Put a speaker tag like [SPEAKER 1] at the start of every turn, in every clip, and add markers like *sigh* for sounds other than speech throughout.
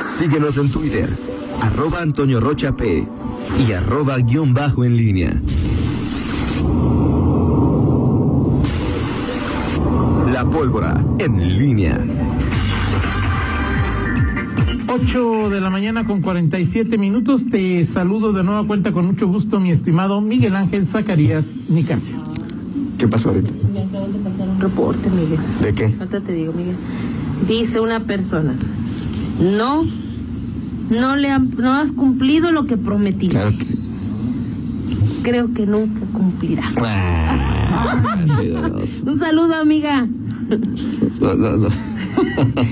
[SPEAKER 1] Síguenos en Twitter, arroba Antonio Rocha P y arroba guión bajo en línea. La pólvora en línea.
[SPEAKER 2] 8 de la mañana con 47 minutos. Te saludo de nueva cuenta con mucho gusto, mi estimado Miguel Ángel Zacarías Nicasio.
[SPEAKER 3] ¿Qué pasó ahorita?
[SPEAKER 4] Me acaban de pasar un reporte, Miguel.
[SPEAKER 3] ¿De qué?
[SPEAKER 4] Ahorita te digo, Miguel. Dice una persona, no, no le han- no has cumplido lo que prometiste.
[SPEAKER 3] Claro que-
[SPEAKER 4] Creo que nunca cumplirá.
[SPEAKER 3] Ah, sí, doloroso.
[SPEAKER 4] Un saludo, amiga.
[SPEAKER 3] No, no, no.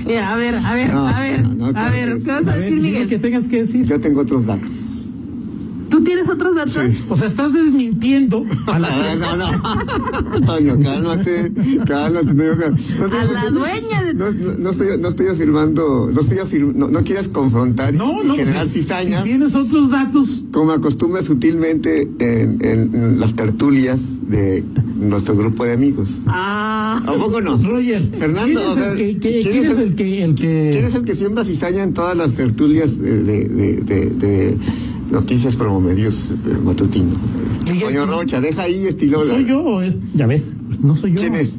[SPEAKER 4] Mira, a ver, a ver,
[SPEAKER 3] No,
[SPEAKER 4] a ver,
[SPEAKER 3] no, no,
[SPEAKER 4] a ver,
[SPEAKER 3] claro.
[SPEAKER 4] ¿qué vas a,
[SPEAKER 2] A ver,
[SPEAKER 4] decir,
[SPEAKER 2] di lo
[SPEAKER 4] Miguel?
[SPEAKER 2] que tengas que decir.
[SPEAKER 3] Yo tengo otros datos.
[SPEAKER 4] ¿Tú tienes otros datos?
[SPEAKER 2] O sea, estás desmintiendo a
[SPEAKER 3] *laughs*
[SPEAKER 2] la
[SPEAKER 3] Ah, No, no. Toño, cálmate, cálmate. No, no, no,
[SPEAKER 4] A la dueña de-
[SPEAKER 3] no, no, no estoy, no estoy afirmando, no estoy afirm- no, no quieras confrontar
[SPEAKER 2] No,
[SPEAKER 3] y
[SPEAKER 2] no.
[SPEAKER 3] generar
[SPEAKER 2] si-
[SPEAKER 3] cizaña,
[SPEAKER 2] si tienes otros datos.
[SPEAKER 3] como acostumbra sutilmente en, en las tertulias de nuestro grupo de amigos.
[SPEAKER 2] Ah.
[SPEAKER 3] ¿A poco no?
[SPEAKER 2] Roger.
[SPEAKER 3] Fernando, o
[SPEAKER 2] ¿quién es
[SPEAKER 3] sea,
[SPEAKER 2] el que, que-
[SPEAKER 3] ¿quién
[SPEAKER 2] quién
[SPEAKER 3] es
[SPEAKER 2] es
[SPEAKER 3] el-
[SPEAKER 2] el que, el que-
[SPEAKER 3] ¿Quién es el que siembra cizaña en todas las tertulias eh, de, de, de, de noticias promomedios eh, matutino?
[SPEAKER 2] Miguel,
[SPEAKER 3] Toño
[SPEAKER 2] sí.
[SPEAKER 3] Rocha, deja ahí estilo.
[SPEAKER 2] ¿Soy yo o es.? Ya ves, no soy yo.
[SPEAKER 3] ¿Quién es?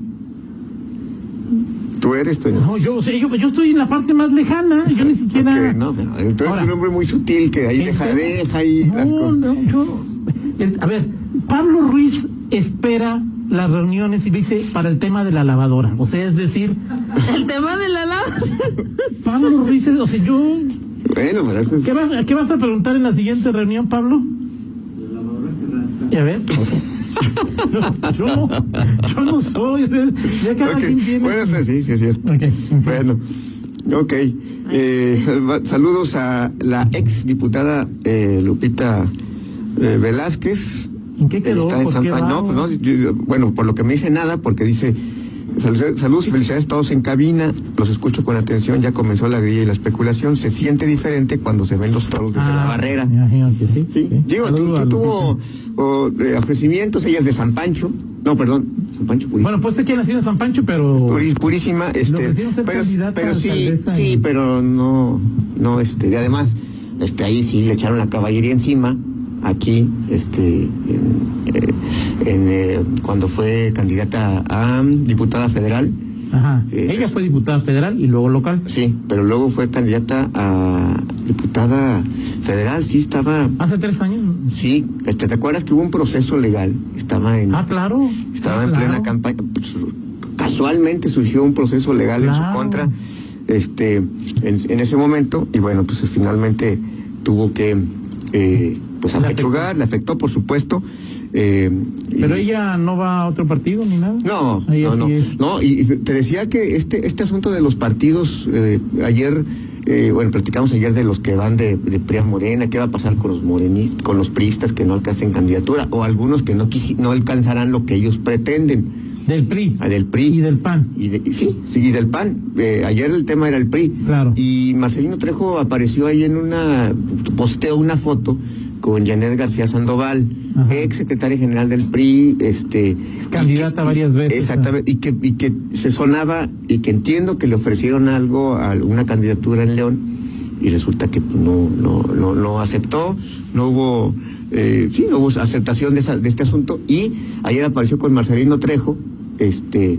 [SPEAKER 3] Tú eres Toño.
[SPEAKER 2] No, yo, o sea, yo, yo estoy en la parte más lejana. Yo ni siquiera.
[SPEAKER 3] Ok, no, pero entonces
[SPEAKER 2] Ahora.
[SPEAKER 3] un hombre muy sutil que ahí deja,
[SPEAKER 2] Entonces,
[SPEAKER 3] deja ahí
[SPEAKER 2] no,
[SPEAKER 3] las cosas.
[SPEAKER 2] no, yo- el- a ver, Pablo Ruiz espera las reuniones y dice para el tema de la lavadora. O sea, es decir,
[SPEAKER 4] *laughs* El tema de la lava.
[SPEAKER 2] Pablo Ruiz, es- o sea, yo.
[SPEAKER 3] Bueno, pero eso es-
[SPEAKER 2] ¿qué vas, ¿Qué vas a preguntar en la siguiente reunión, Pablo? Ya ves. O sea, *laughs* yo, yo no, yo no soy. o sea, ya cada
[SPEAKER 3] Ok,
[SPEAKER 2] quien tiene.
[SPEAKER 3] Bueno, eso sí, sí es cierto.
[SPEAKER 2] Ok, en fin.
[SPEAKER 3] Bueno, ok. Eh, salva- saludos a la ex diputada eh, Lupita eh, Velázquez.
[SPEAKER 2] ¿En qué quedó?
[SPEAKER 3] Está en
[SPEAKER 2] ¿Por
[SPEAKER 3] San
[SPEAKER 2] qué
[SPEAKER 3] Juan.
[SPEAKER 2] va?
[SPEAKER 3] No, pues no, yo- yo- bueno, por lo que me dice nada, porque dice. "Sal- Saludos y felicidades a todos en cabina. Los escucho con atención. Ya comenzó la grilla y la especulación. Se siente diferente cuando se ven los toros desde la
[SPEAKER 2] Ah,
[SPEAKER 3] barrera.
[SPEAKER 2] me imagino que sí.
[SPEAKER 3] Sí,
[SPEAKER 2] sí.
[SPEAKER 3] digo, tú,
[SPEAKER 2] Saludo
[SPEAKER 3] tú
[SPEAKER 2] a
[SPEAKER 3] tuvo o, eh, ofrecimientos, ella es de San Pancho, no, perdón, San Pancho Purísima.
[SPEAKER 2] Bueno, pues sé que nació en San Pancho, pero.
[SPEAKER 3] Puri- Purísima, este,
[SPEAKER 2] ofrecieron ser
[SPEAKER 3] pero,
[SPEAKER 2] candidata
[SPEAKER 3] pero
[SPEAKER 2] a
[SPEAKER 3] sí,
[SPEAKER 2] alcaldesa
[SPEAKER 3] sí,
[SPEAKER 2] en-
[SPEAKER 3] pero no, no, este, y además, este, ahí sí le echaron la caballería encima, aquí, este, en, eh, en, eh, cuando fue candidata a um, diputada federal,
[SPEAKER 2] Ajá.
[SPEAKER 3] Eh,
[SPEAKER 2] Ella fue diputada federal y luego local.
[SPEAKER 3] sí, pero luego fue candidata a diputada federal, sí, estaba,
[SPEAKER 2] Hace tres años.
[SPEAKER 3] sí, este, ¿te acuerdas que hubo un proceso legal? Estaba en...
[SPEAKER 2] Ah, claro.
[SPEAKER 3] Estaba en
[SPEAKER 2] Claro.
[SPEAKER 3] plena campaña. Pues, Casualmente surgió un proceso legal en
[SPEAKER 2] Claro.
[SPEAKER 3] su contra este, en, en ese momento y bueno, pues finalmente tuvo que eh, pues
[SPEAKER 2] Le afectó.
[SPEAKER 3] apechugar, le afectó por supuesto. eh, y-
[SPEAKER 2] Pero ella no va a otro partido ni nada.
[SPEAKER 3] no,
[SPEAKER 2] Ella
[SPEAKER 3] no, no,
[SPEAKER 2] sí es.
[SPEAKER 3] no. Y y te decía que este, este asunto de los partidos, eh, ayer, eh, bueno, platicamos ayer de los que van de, de PRI a Morena, qué va a pasar con los morenistas, con los priistas que no alcancen candidatura, o algunos que no, quisi- no alcanzarán lo que ellos pretenden.
[SPEAKER 2] Del PRI.
[SPEAKER 3] Ah, del PRI.
[SPEAKER 2] Y del PAN.
[SPEAKER 3] Y de- y sí, sí, y del PAN. Eh, ayer el tema era el PRI.
[SPEAKER 2] Claro.
[SPEAKER 3] Y Marcelino Trejo apareció ahí en una, posteó una foto con Janet García Sandoval,
[SPEAKER 2] Ajá.
[SPEAKER 3] ex secretaria general del PRI, este
[SPEAKER 2] candidata
[SPEAKER 3] y que-
[SPEAKER 2] varias veces,
[SPEAKER 3] Exactamente, y que, y que se sonaba y que entiendo que le ofrecieron algo a una candidatura en León y resulta que pues, no, no, no, no aceptó, no hubo, eh, sí, no hubo aceptación de, esa- de este asunto y ayer apareció con Marcelino Trejo, este,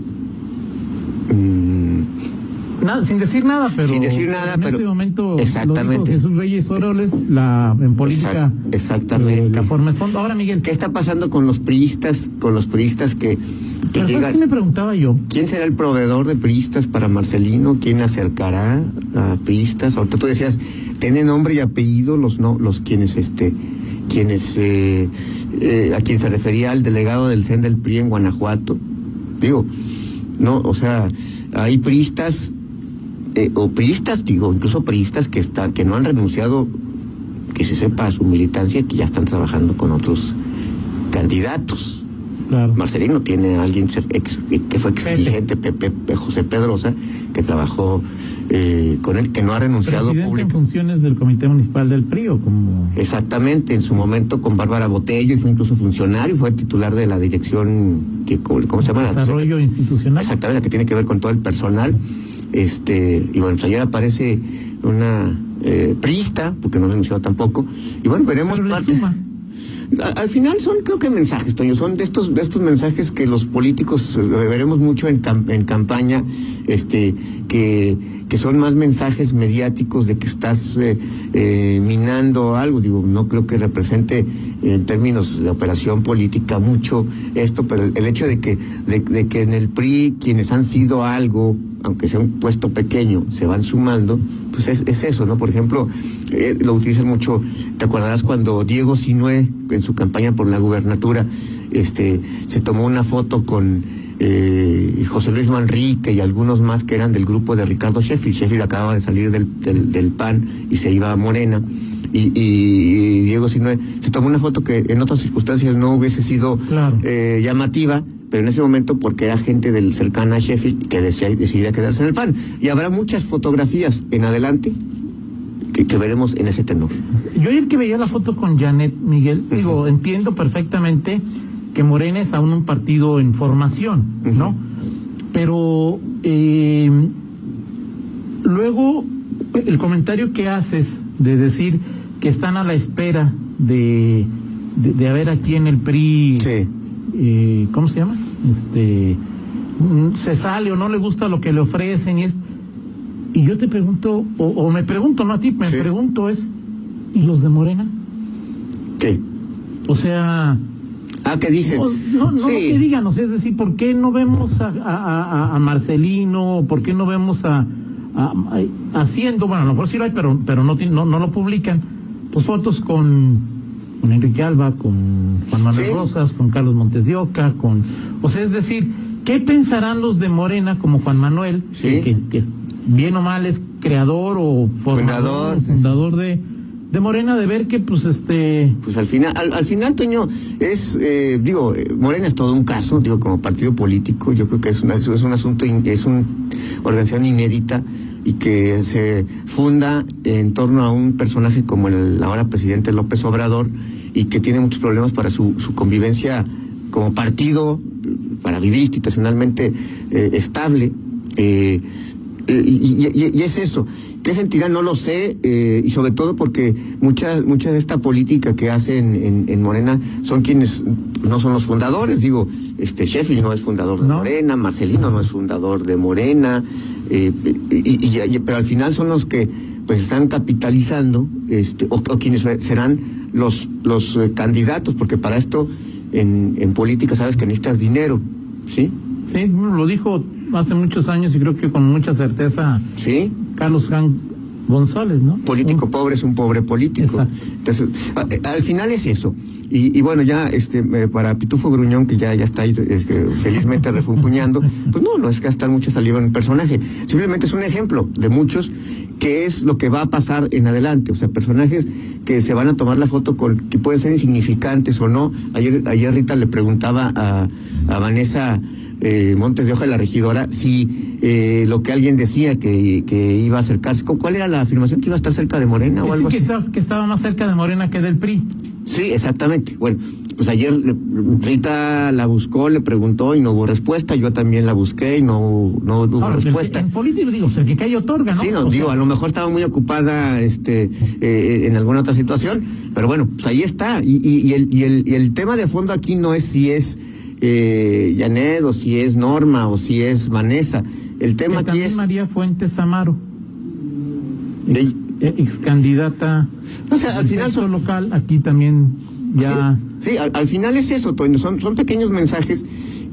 [SPEAKER 3] mm,
[SPEAKER 2] Nada, sin decir nada, pero.
[SPEAKER 3] Sin decir nada,
[SPEAKER 2] en
[SPEAKER 3] pero-
[SPEAKER 2] este momento.
[SPEAKER 3] Exactamente.
[SPEAKER 2] lo dijo Jesús Reyes Oroles, la, en política.
[SPEAKER 3] Exact- exactamente.
[SPEAKER 2] eh, La forma es fondo. Ahora, Miguel.
[SPEAKER 3] ¿qué está pasando con los priistas, con los priistas que, que
[SPEAKER 2] pero ¿sabes
[SPEAKER 3] llegan?
[SPEAKER 2] qué me preguntaba yo?
[SPEAKER 3] ¿Quién será el proveedor de priistas para Marcelino? ¿Quién acercará a priistas? Ahorita tú decías, tiene nombre y apellido los no, los quienes este, quienes eh, eh, a quien se refería el delegado del CEN del PRI en Guanajuato. Digo, no, o sea, hay priistas eh, o priistas, digo, incluso priistas que están, que no han renunciado, que se sepa a su militancia, que ya están trabajando con otros candidatos.
[SPEAKER 2] Claro.
[SPEAKER 3] Marcelino tiene a alguien cer- ex- que fue ex
[SPEAKER 2] Pepe.
[SPEAKER 3] dirigente, Pepe, Pe- José Pedrosa, que trabajó eh, con él, que no ha renunciado
[SPEAKER 2] Presidente en
[SPEAKER 3] público.
[SPEAKER 2] funciones del Comité Municipal del PRI o como.
[SPEAKER 3] Exactamente, en su momento con Bárbara Botello, y fue incluso funcionario, fue titular de la dirección, que, co- ¿cómo se llama? La-
[SPEAKER 2] Desarrollo institucional.
[SPEAKER 3] Exactamente, la que tiene que ver con todo el personal. Este, y bueno, pues ayer aparece una eh, priista, porque no renunció tampoco. Y bueno, veremos
[SPEAKER 2] Pero le
[SPEAKER 3] parte.
[SPEAKER 2] suma.
[SPEAKER 3] A- Al final son, creo que mensajes, Toño, son de estos, de estos mensajes que los políticos eh, veremos mucho en, cam- en campaña, este, que, que son más mensajes mediáticos de que estás eh, eh, minando algo. Digo, no creo que represente en términos de operación política mucho esto, pero el el hecho de que, de, de que en el PRI quienes han sido algo, aunque sea un puesto pequeño, se van sumando, pues es, es eso, ¿no? Por ejemplo, eh, lo utilizan mucho, te acordarás cuando Diego Sinue, en su campaña por la gubernatura, este, se tomó una foto con eh, José Luis Manrique y algunos más que eran del grupo de Ricardo Sheffield. Sheffield acababa de salir del, del, del PAN y se iba a Morena. Y, y Diego Sinue se tomó una foto que en otras circunstancias no hubiese sido
[SPEAKER 2] Claro.
[SPEAKER 3] eh, llamativa, pero en ese momento porque era gente del cercana a Sheffield que desea- decidía quedarse en el PAN. Y habrá muchas fotografías en adelante que, que veremos en ese tenor.
[SPEAKER 2] Yo ayer que veía la foto con Janet Miguel, digo, entiendo perfectamente que Morena es aún un partido en formación, ¿no? Pero eh, luego el comentario que haces de decir que están a la espera de, de, de a ver aquí en el PRI,
[SPEAKER 3] Sí.
[SPEAKER 2] eh, ¿cómo se llama? Este, mm, se sale o no le gusta lo que le ofrecen y es... Y yo te pregunto, o, o me pregunto, no a ti, me
[SPEAKER 3] Sí.
[SPEAKER 2] pregunto es, ¿y los de Morena?
[SPEAKER 3] ¿Qué?
[SPEAKER 2] O sea,
[SPEAKER 3] Ah, ¿qué dicen?
[SPEAKER 2] no, Oh, Pues, no, no lo que digan, o sea, es decir, ¿por qué no vemos a, a- a- a Marcelino? ¿Por qué no vemos a, a- a- haciendo, bueno, a lo mejor sí lo hay, pero, pero no, tiene- no, no lo publican, pues fotos con, con Enrique Alba, con Juan Manuel
[SPEAKER 3] Sí.
[SPEAKER 2] Rosas, con Carlos Montes de Oca, con, o sea, es decir, ¿qué pensarán los de Morena como Juan Manuel,
[SPEAKER 3] Sí.
[SPEAKER 2] que, que- que bien o mal es creador o
[SPEAKER 3] Fundador,
[SPEAKER 2] formador,
[SPEAKER 3] sí, sí.
[SPEAKER 2] fundador de, de Morena, de ver que pues este...
[SPEAKER 3] Pues al final, al, al final, Toño, es, eh, digo, eh, Morena es todo un caso, digo, como partido político, yo creo que es, una- es un asunto, in- es una organización inédita y que se funda en torno a un personaje como el ahora presidente López Obrador y que tiene muchos problemas para su, su convivencia como partido, para vivir institucionalmente eh, estable. eh, eh, y, y- y- y es eso. ¿Qué sentirá? No lo sé, eh, y sobre todo porque mucha, mucha de esta política que hacen en, en Morena son quienes no son los fundadores. Digo, este Sheffield no es fundador de
[SPEAKER 2] No.
[SPEAKER 3] Morena, Marcelino no es fundador de Morena, eh, y- y- y- pero al final son los que pues están capitalizando, este, o, o quienes serán los, los eh, candidatos, porque para esto en, en política sabes que necesitas dinero, ¿sí?
[SPEAKER 2] Sí, bueno, lo dijo hace muchos años y creo que con mucha certeza
[SPEAKER 3] ¿Sí?
[SPEAKER 2] Carlos Frank González, ¿no?
[SPEAKER 3] político pobre es un pobre político.
[SPEAKER 2] Exacto.
[SPEAKER 3] Entonces, a- al final es eso. Y, y bueno, ya este, eh, para Pitufo Gruñón, que ya, ya está ahí, eh, que felizmente refunfuñando, pues no, no es gastar mucha saliva en un personaje. Simplemente es un ejemplo de muchos que es lo que va a pasar en adelante. O sea, personajes que se van a tomar la foto con, que pueden ser insignificantes o no. Ayer, ayer Rita le preguntaba a, a Vanessa eh, Montes de Oja, la regidora, si eh, lo que alguien decía que, que iba a acercarse, ¿cu- ¿cuál era la afirmación que iba a estar cerca de Morena o
[SPEAKER 2] Es
[SPEAKER 3] algo
[SPEAKER 2] que,
[SPEAKER 3] así?
[SPEAKER 2] estaba, que estaba más cerca de Morena que del PRI.
[SPEAKER 3] Sí, exactamente. Bueno, pues ayer le- Rita la buscó, le preguntó y no hubo respuesta. Yo también la busqué y no, no hubo
[SPEAKER 2] Ahora, del-
[SPEAKER 3] respuesta.
[SPEAKER 2] En político digo, o sea, que cae otorga, ¿no?
[SPEAKER 3] Sí, no,
[SPEAKER 2] O sea,
[SPEAKER 3] digo, a lo mejor estaba muy ocupada este, eh, eh, en alguna otra situación, pero bueno, pues ahí está. Y, y- y el, y el- y el tema de fondo aquí no es si es eh, Janet o si es Norma o si es Vanessa. El
[SPEAKER 2] que
[SPEAKER 3] tema aquí
[SPEAKER 2] también
[SPEAKER 3] es...
[SPEAKER 2] María Fuentes Amaro, eh,
[SPEAKER 3] de-
[SPEAKER 2] ex candidata
[SPEAKER 3] o sea, al final son,
[SPEAKER 2] local, aquí también ya...
[SPEAKER 3] Sí, sí, al, al final es eso, Toño. Son, son pequeños mensajes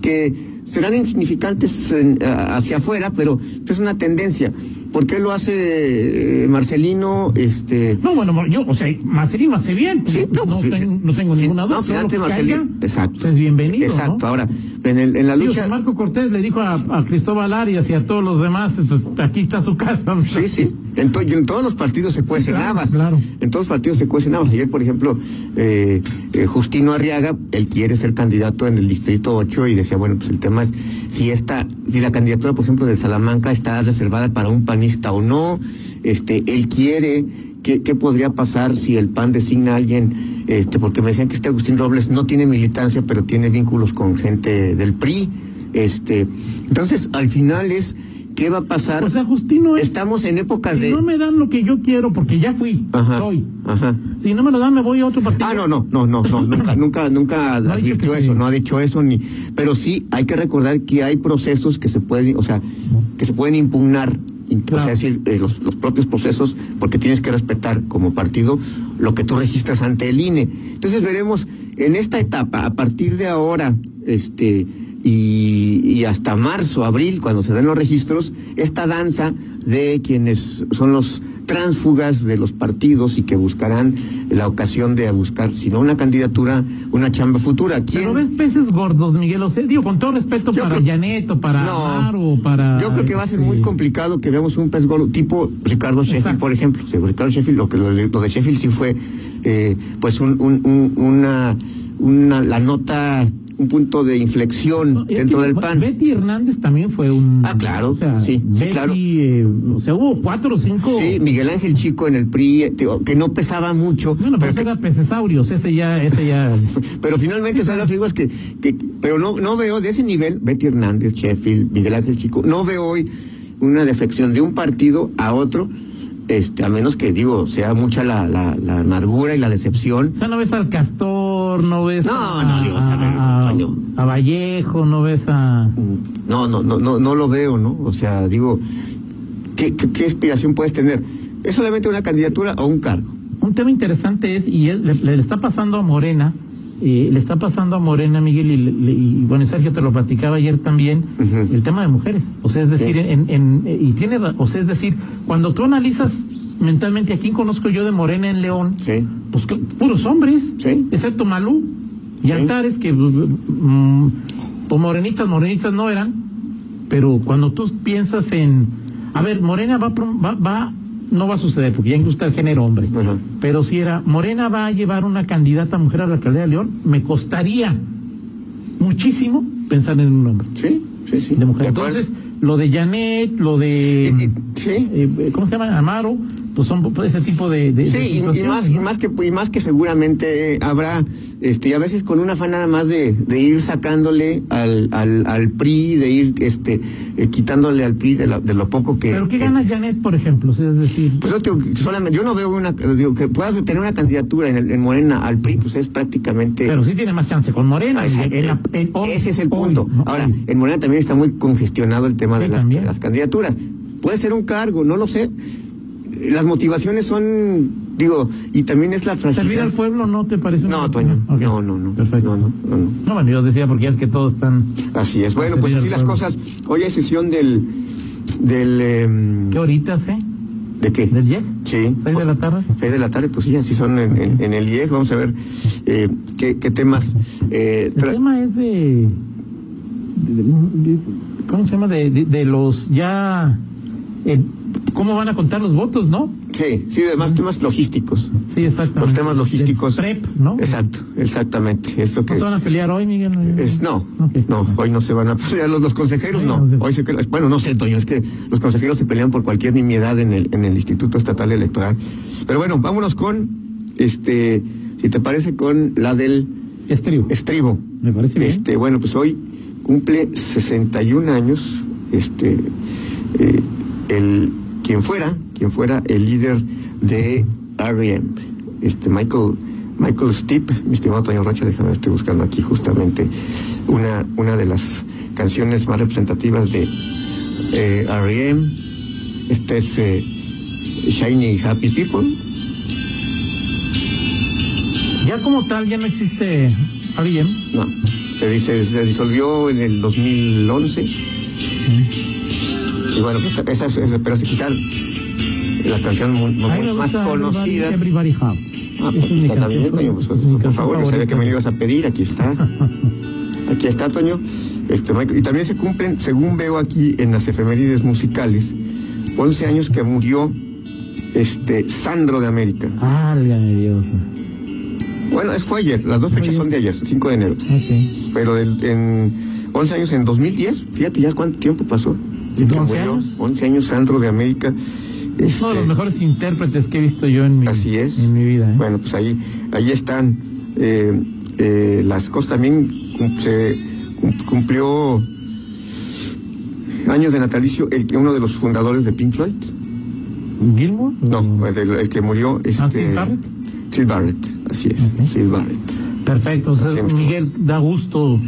[SPEAKER 3] que serán insignificantes en- a- hacia afuera, pero es una tendencia. ¿Por qué lo hace eh, Marcelino? Este,
[SPEAKER 2] No, bueno, yo, o sea, Marcelino hace bien.
[SPEAKER 3] Sí,
[SPEAKER 2] no,
[SPEAKER 3] sí,
[SPEAKER 2] tengo,
[SPEAKER 3] sí.
[SPEAKER 2] no tengo
[SPEAKER 3] Sí,
[SPEAKER 2] ninguna duda. todo
[SPEAKER 3] no,
[SPEAKER 2] lo
[SPEAKER 3] fíjate,
[SPEAKER 2] que
[SPEAKER 3] Marcelino,
[SPEAKER 2] caiga,
[SPEAKER 3] exacto.
[SPEAKER 2] pues, es bienvenido,
[SPEAKER 3] Exacto.
[SPEAKER 2] ¿no?
[SPEAKER 3] Ahora, en, el- en la
[SPEAKER 2] Digo,
[SPEAKER 3] lucha.
[SPEAKER 2] si Marco Cortés le dijo a, a Cristóbal Arias y a todos los demás, pues, aquí está su casa. ¿no?
[SPEAKER 3] *laughs* Sí, sí. En, to- en todos los partidos se cuecen
[SPEAKER 2] claro,
[SPEAKER 3] habas.
[SPEAKER 2] claro.
[SPEAKER 3] En todos los partidos se cuecen habas. Ayer, por ejemplo, eh, eh, Justino Arriaga, él quiere ser candidato en el Distrito 8 y decía, bueno, pues el tema es si esta, si la candidatura, por ejemplo, de Salamanca está reservada para un panista o no. Este, él quiere, ¿qué, qué podría pasar si el PAN designa a alguien? Este, porque me decían que este Agustín Robles no tiene militancia, pero tiene vínculos con gente del PRI. Este, entonces, al final es que ¿Qué va a pasar?
[SPEAKER 2] O sea, Justino es.
[SPEAKER 3] Estamos en épocas
[SPEAKER 2] si
[SPEAKER 3] de.
[SPEAKER 2] no me dan lo que yo quiero, porque ya fui,
[SPEAKER 3] Ajá,
[SPEAKER 2] soy.
[SPEAKER 3] ajá.
[SPEAKER 2] Si no me lo dan, me voy a otro partido.
[SPEAKER 3] Ah, no, no, no, no,
[SPEAKER 2] *laughs*
[SPEAKER 3] no, nunca, nunca, nunca
[SPEAKER 2] No ha dicho
[SPEAKER 3] advirtió
[SPEAKER 2] que sí.
[SPEAKER 3] eso, no ha dicho eso ni. Pero sí hay que recordar que hay procesos que se pueden, o sea, que se pueden impugnar, in- o
[SPEAKER 2] Claro.
[SPEAKER 3] sea, es decir, eh, los, los propios procesos, porque tienes que respetar como partido lo que tú registras ante el INE. Entonces veremos en esta etapa, a partir de ahora, este y, y hasta marzo, abril, cuando se den los registros, esta danza de quienes son los tránsfugas de los partidos y que buscarán la ocasión de buscar, si no una candidatura, una chamba futura. ¿Quién?
[SPEAKER 2] Pero ves peces gordos, Miguel. O sea, digo, con todo respeto
[SPEAKER 3] Yo
[SPEAKER 2] para
[SPEAKER 3] creo-
[SPEAKER 2] Janet o para
[SPEAKER 3] No.
[SPEAKER 2] Amaro, para.
[SPEAKER 3] Yo creo que va a ser muy
[SPEAKER 2] este,
[SPEAKER 3] complicado que veamos un pez gordo tipo Ricardo Sheffield,
[SPEAKER 2] Exacto.
[SPEAKER 3] por ejemplo. Sí, Ricardo Sheffield, lo, que, lo, de- lo de Sheffield sí fue, eh, pues, un, un- un- una, una, la nota, un punto de inflexión
[SPEAKER 2] No, es
[SPEAKER 3] dentro
[SPEAKER 2] que
[SPEAKER 3] del PAN.
[SPEAKER 2] Betty Hernández también fue un.
[SPEAKER 3] Ah, claro,
[SPEAKER 2] O sea,
[SPEAKER 3] sí, sí,
[SPEAKER 2] Betty,
[SPEAKER 3] claro.
[SPEAKER 2] eh, o sea, hubo cuatro o cinco.
[SPEAKER 3] Sí, Miguel Ángel Chico en el PRI, digo, que no pesaba mucho,
[SPEAKER 2] Bueno, pero
[SPEAKER 3] pero,
[SPEAKER 2] ese
[SPEAKER 3] que-
[SPEAKER 2] era pecesaurios, ese ya, ese
[SPEAKER 3] *laughs*
[SPEAKER 2] ya.
[SPEAKER 3] pero finalmente son las figuras que, que- Pero no, no veo de ese nivel, Betty Hernández, Sheffield, Miguel Ángel Chico, no veo hoy una deflexión de un partido a otro, este, a menos que, digo, sea mucha la, la, la amargura y la decepción.
[SPEAKER 2] O sea, no ves al Castor, no ves
[SPEAKER 3] No,
[SPEAKER 2] a,
[SPEAKER 3] no, digo, o sea,
[SPEAKER 2] a-
[SPEAKER 3] Toño.
[SPEAKER 2] a Vallejo, no ves a...
[SPEAKER 3] Mm, No, no, no, no, no lo veo, ¿no? O sea, digo, ¿qué, qué, qué aspiración puedes tener? ¿Es solamente una candidatura o un cargo?
[SPEAKER 2] Un tema interesante es, y él- le, le está pasando a Morena, eh, le está pasando a Morena, Miguel, y, le- le- y, bueno, y Sergio te lo platicaba ayer también,
[SPEAKER 3] Ujú.
[SPEAKER 2] el tema de mujeres. O sea, es decir,
[SPEAKER 3] Sí.
[SPEAKER 2] en, en- eh, y tiene, ra- o sea, es decir, cuando tú analizas mentalmente a quién conozco yo de Morena en León,
[SPEAKER 3] Sí.
[SPEAKER 2] pues que- puros hombres,
[SPEAKER 3] Sí.
[SPEAKER 2] excepto Malú y
[SPEAKER 3] Sí.
[SPEAKER 2] Altares, que mm, pues, morenistas, morenistas no eran, pero cuando tú piensas en, a ver, Morena va, pro- va, va- no va a suceder, porque ya gusta el género hombre,
[SPEAKER 3] Ajá.
[SPEAKER 2] pero si era, Morena va a llevar una candidata mujer a la alcaldía de León, me costaría muchísimo pensar en un hombre
[SPEAKER 3] Sí, sí, sí.
[SPEAKER 2] de mujer.
[SPEAKER 3] De acuerdo.
[SPEAKER 2] Entonces, lo de Janet, lo de...
[SPEAKER 3] Y- y- sí.
[SPEAKER 2] eh, ¿Cómo se llama? Amaro, pues son ese tipo de... de- de
[SPEAKER 3] Sí, y- y,
[SPEAKER 2] situaciones,
[SPEAKER 3] más, y
[SPEAKER 2] ¿no?
[SPEAKER 3] más que y más que seguramente habrá, este, y a veces con un afán nada más de, de ir sacándole al, al, al PRI, de ir, este, eh, quitándole al PRI de, la- de lo poco que.
[SPEAKER 2] Pero ¿qué
[SPEAKER 3] que-
[SPEAKER 2] gana Janet, por ejemplo? O sea, es decir,
[SPEAKER 3] Pues yo, te digo que solamente, yo no veo una, digo, que puedas tener una candidatura en, el- en Morena al PRI, pues es prácticamente.
[SPEAKER 2] pero sí tiene más chance con Morena.
[SPEAKER 3] Ah, exacto.
[SPEAKER 2] y en la- en- hoy-
[SPEAKER 3] Ese es el
[SPEAKER 2] hoy,
[SPEAKER 3] punto.
[SPEAKER 2] ¿no?
[SPEAKER 3] Ahora, eh,
[SPEAKER 2] Hoy.
[SPEAKER 3] en Morena también está muy congestionado el tema
[SPEAKER 2] Sí,
[SPEAKER 3] de las,
[SPEAKER 2] también.
[SPEAKER 3] de las candidaturas. Puede ser un cargo, no lo sé. Las motivaciones son, digo, y también es la
[SPEAKER 2] servir
[SPEAKER 3] fragilidad.
[SPEAKER 2] al pueblo no te parece una-
[SPEAKER 3] No, Toño.
[SPEAKER 2] Ok.
[SPEAKER 3] No, no, no.
[SPEAKER 2] Perfecto.
[SPEAKER 3] No, no, no,
[SPEAKER 2] No, bueno, yo decía porque ya es que todos están.
[SPEAKER 3] Así es. Bueno, pues
[SPEAKER 2] Servir
[SPEAKER 3] así
[SPEAKER 2] al
[SPEAKER 3] las
[SPEAKER 2] pueblo.
[SPEAKER 3] cosas. Hoy hay sesión del. del em,
[SPEAKER 2] ¿Qué horitas, eh?
[SPEAKER 3] ¿De qué?
[SPEAKER 2] ¿Del 10?
[SPEAKER 3] Sí.
[SPEAKER 2] ¿Seis de la tarde?
[SPEAKER 3] Seis de la tarde, pues sí, así son en, en- en el IEG. Vamos a ver eh, qué, qué temas. eh,
[SPEAKER 2] El
[SPEAKER 3] tra-
[SPEAKER 2] tema es de. de- de- ¿Cómo se llama? De, de- de los ya. eh, ¿Cómo van a contar los votos, no?
[SPEAKER 3] sí, sí, además temas logísticos.
[SPEAKER 2] Sí, exactamente.
[SPEAKER 3] Los temas logísticos.
[SPEAKER 2] Del PREP, ¿no?
[SPEAKER 3] Exacto, exactamente. Eso
[SPEAKER 2] ¿No
[SPEAKER 3] que.
[SPEAKER 2] se van a pelear hoy, Miguel?
[SPEAKER 3] Es, no,
[SPEAKER 2] Ok.
[SPEAKER 3] no, hoy no se van a pelear los, los consejeros, no. Hoy se, bueno, no sé, Toño, es que los consejeros se pelean por cualquier nimiedad en el, en el Instituto Estatal Electoral. Pero bueno, vámonos con, este, si te parece, con la del
[SPEAKER 2] Es tribu.
[SPEAKER 3] estribo.
[SPEAKER 2] Me parece bien.
[SPEAKER 3] Este, bueno, pues hoy cumple 61 años, este, eh, el, quien fuera, quien fuera el líder de R.E.M., este, Michael, Michael Stipe, mi estimado Toño Rocha, déjame estoy buscando aquí justamente una, una de las canciones más representativas de eh, R.E.M., este es eh, Shiny Happy People,
[SPEAKER 2] Ya como tal, ya no existe R.E.M.
[SPEAKER 3] no, se dice, se disolvió en el 2011. Y bueno, pues, esa es, es- pero es quizás la canción mu- mu-
[SPEAKER 2] A mí me
[SPEAKER 3] más
[SPEAKER 2] gusta
[SPEAKER 3] conocida.
[SPEAKER 2] Everybody, Everybody House. Esa
[SPEAKER 3] Ah, pues,
[SPEAKER 2] es mi
[SPEAKER 3] está también,
[SPEAKER 2] canción,
[SPEAKER 3] Toño, pues,
[SPEAKER 2] mi
[SPEAKER 3] por
[SPEAKER 2] canción
[SPEAKER 3] favor, yo sabía que me lo ibas a pedir, aquí está. Aquí está, Toño. Este, Michael- y también se cumplen, según veo aquí en las efemérides musicales, 11 años que murió este Sandro de América.
[SPEAKER 2] Válgame Dios.
[SPEAKER 3] Bueno, es fue ayer, las dos fechas son de ayer, 5 de enero.
[SPEAKER 2] Ok.
[SPEAKER 3] Pero del- en 11 años, en 2010, fíjate ya cuánto tiempo pasó. desde que
[SPEAKER 2] 11
[SPEAKER 3] murió.
[SPEAKER 2] años.
[SPEAKER 3] 11 años Sandro de América.
[SPEAKER 2] Es uno de los
[SPEAKER 3] Este,
[SPEAKER 2] mejores intérpretes que he visto yo en mi,
[SPEAKER 3] Así es.
[SPEAKER 2] En mi vida. ¿eh?
[SPEAKER 3] Bueno, pues ahí, ahí están eh, eh, las cosas. También cum- se cum- cumplió años de natalicio, el, que- uno de los fundadores de Pink Floyd.
[SPEAKER 2] ¿Gilmore?
[SPEAKER 3] No, el, del- el que murió.
[SPEAKER 2] Mm.
[SPEAKER 3] Este,
[SPEAKER 2] Ah, Sid Barrett.
[SPEAKER 3] Sid Barrett, así es,
[SPEAKER 2] Ok.
[SPEAKER 3] Sid Barrett.
[SPEAKER 2] Perfecto, o sea,
[SPEAKER 3] Sí, estuvo.
[SPEAKER 2] Miguel, da gusto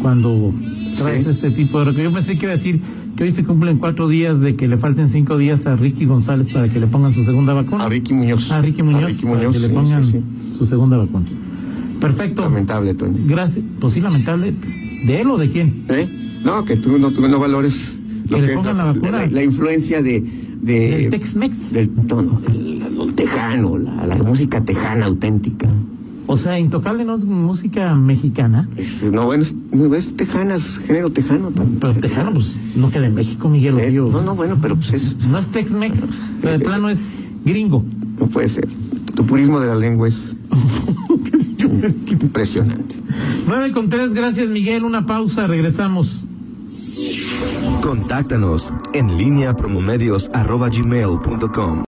[SPEAKER 2] cuando traes
[SPEAKER 3] Sí.
[SPEAKER 2] este tipo de... Yo pensé que iba a decir que hoy se cumplen cuatro días de que le falten cinco días a Ricky González para que le pongan su segunda vacuna.
[SPEAKER 3] A Ricky Muñoz.
[SPEAKER 2] A Ricky Muñoz,
[SPEAKER 3] A Ricky
[SPEAKER 2] para
[SPEAKER 3] Muñoz,
[SPEAKER 2] que
[SPEAKER 3] sí,
[SPEAKER 2] le pongan
[SPEAKER 3] sí, sí.
[SPEAKER 2] su segunda vacuna. Perfecto.
[SPEAKER 3] Lamentable, Tony.
[SPEAKER 2] Gracias. Pues sí, lamentable. ¿De él o de quién?
[SPEAKER 3] ¿Eh? No, que tú no, tú no valores lo
[SPEAKER 2] Que le
[SPEAKER 3] que es
[SPEAKER 2] pongan la vacuna.
[SPEAKER 3] la- la influencia de. de
[SPEAKER 2] Del Tex-Mex.
[SPEAKER 3] Del tono, del, del tejano, la, la música tejana auténtica.
[SPEAKER 2] O sea, Intocable no es música mexicana,
[SPEAKER 3] Es- no, bueno, es, no, es tejana, es género tejano también.
[SPEAKER 2] pero tejano, pues no queda en México, Miguel.
[SPEAKER 3] Eh,
[SPEAKER 2] Odio.
[SPEAKER 3] no, no, bueno, pero pues es.
[SPEAKER 2] No es Tex-Mex, o sea, de plano es gringo.
[SPEAKER 3] No puede ser. Tu purismo de la
[SPEAKER 2] *laughs*
[SPEAKER 3] lengua es impresionante.
[SPEAKER 2] 9 con 3, gracias Miguel, una pausa, regresamos.
[SPEAKER 1] Contáctanos en línea promomedios arroba gmail punto com.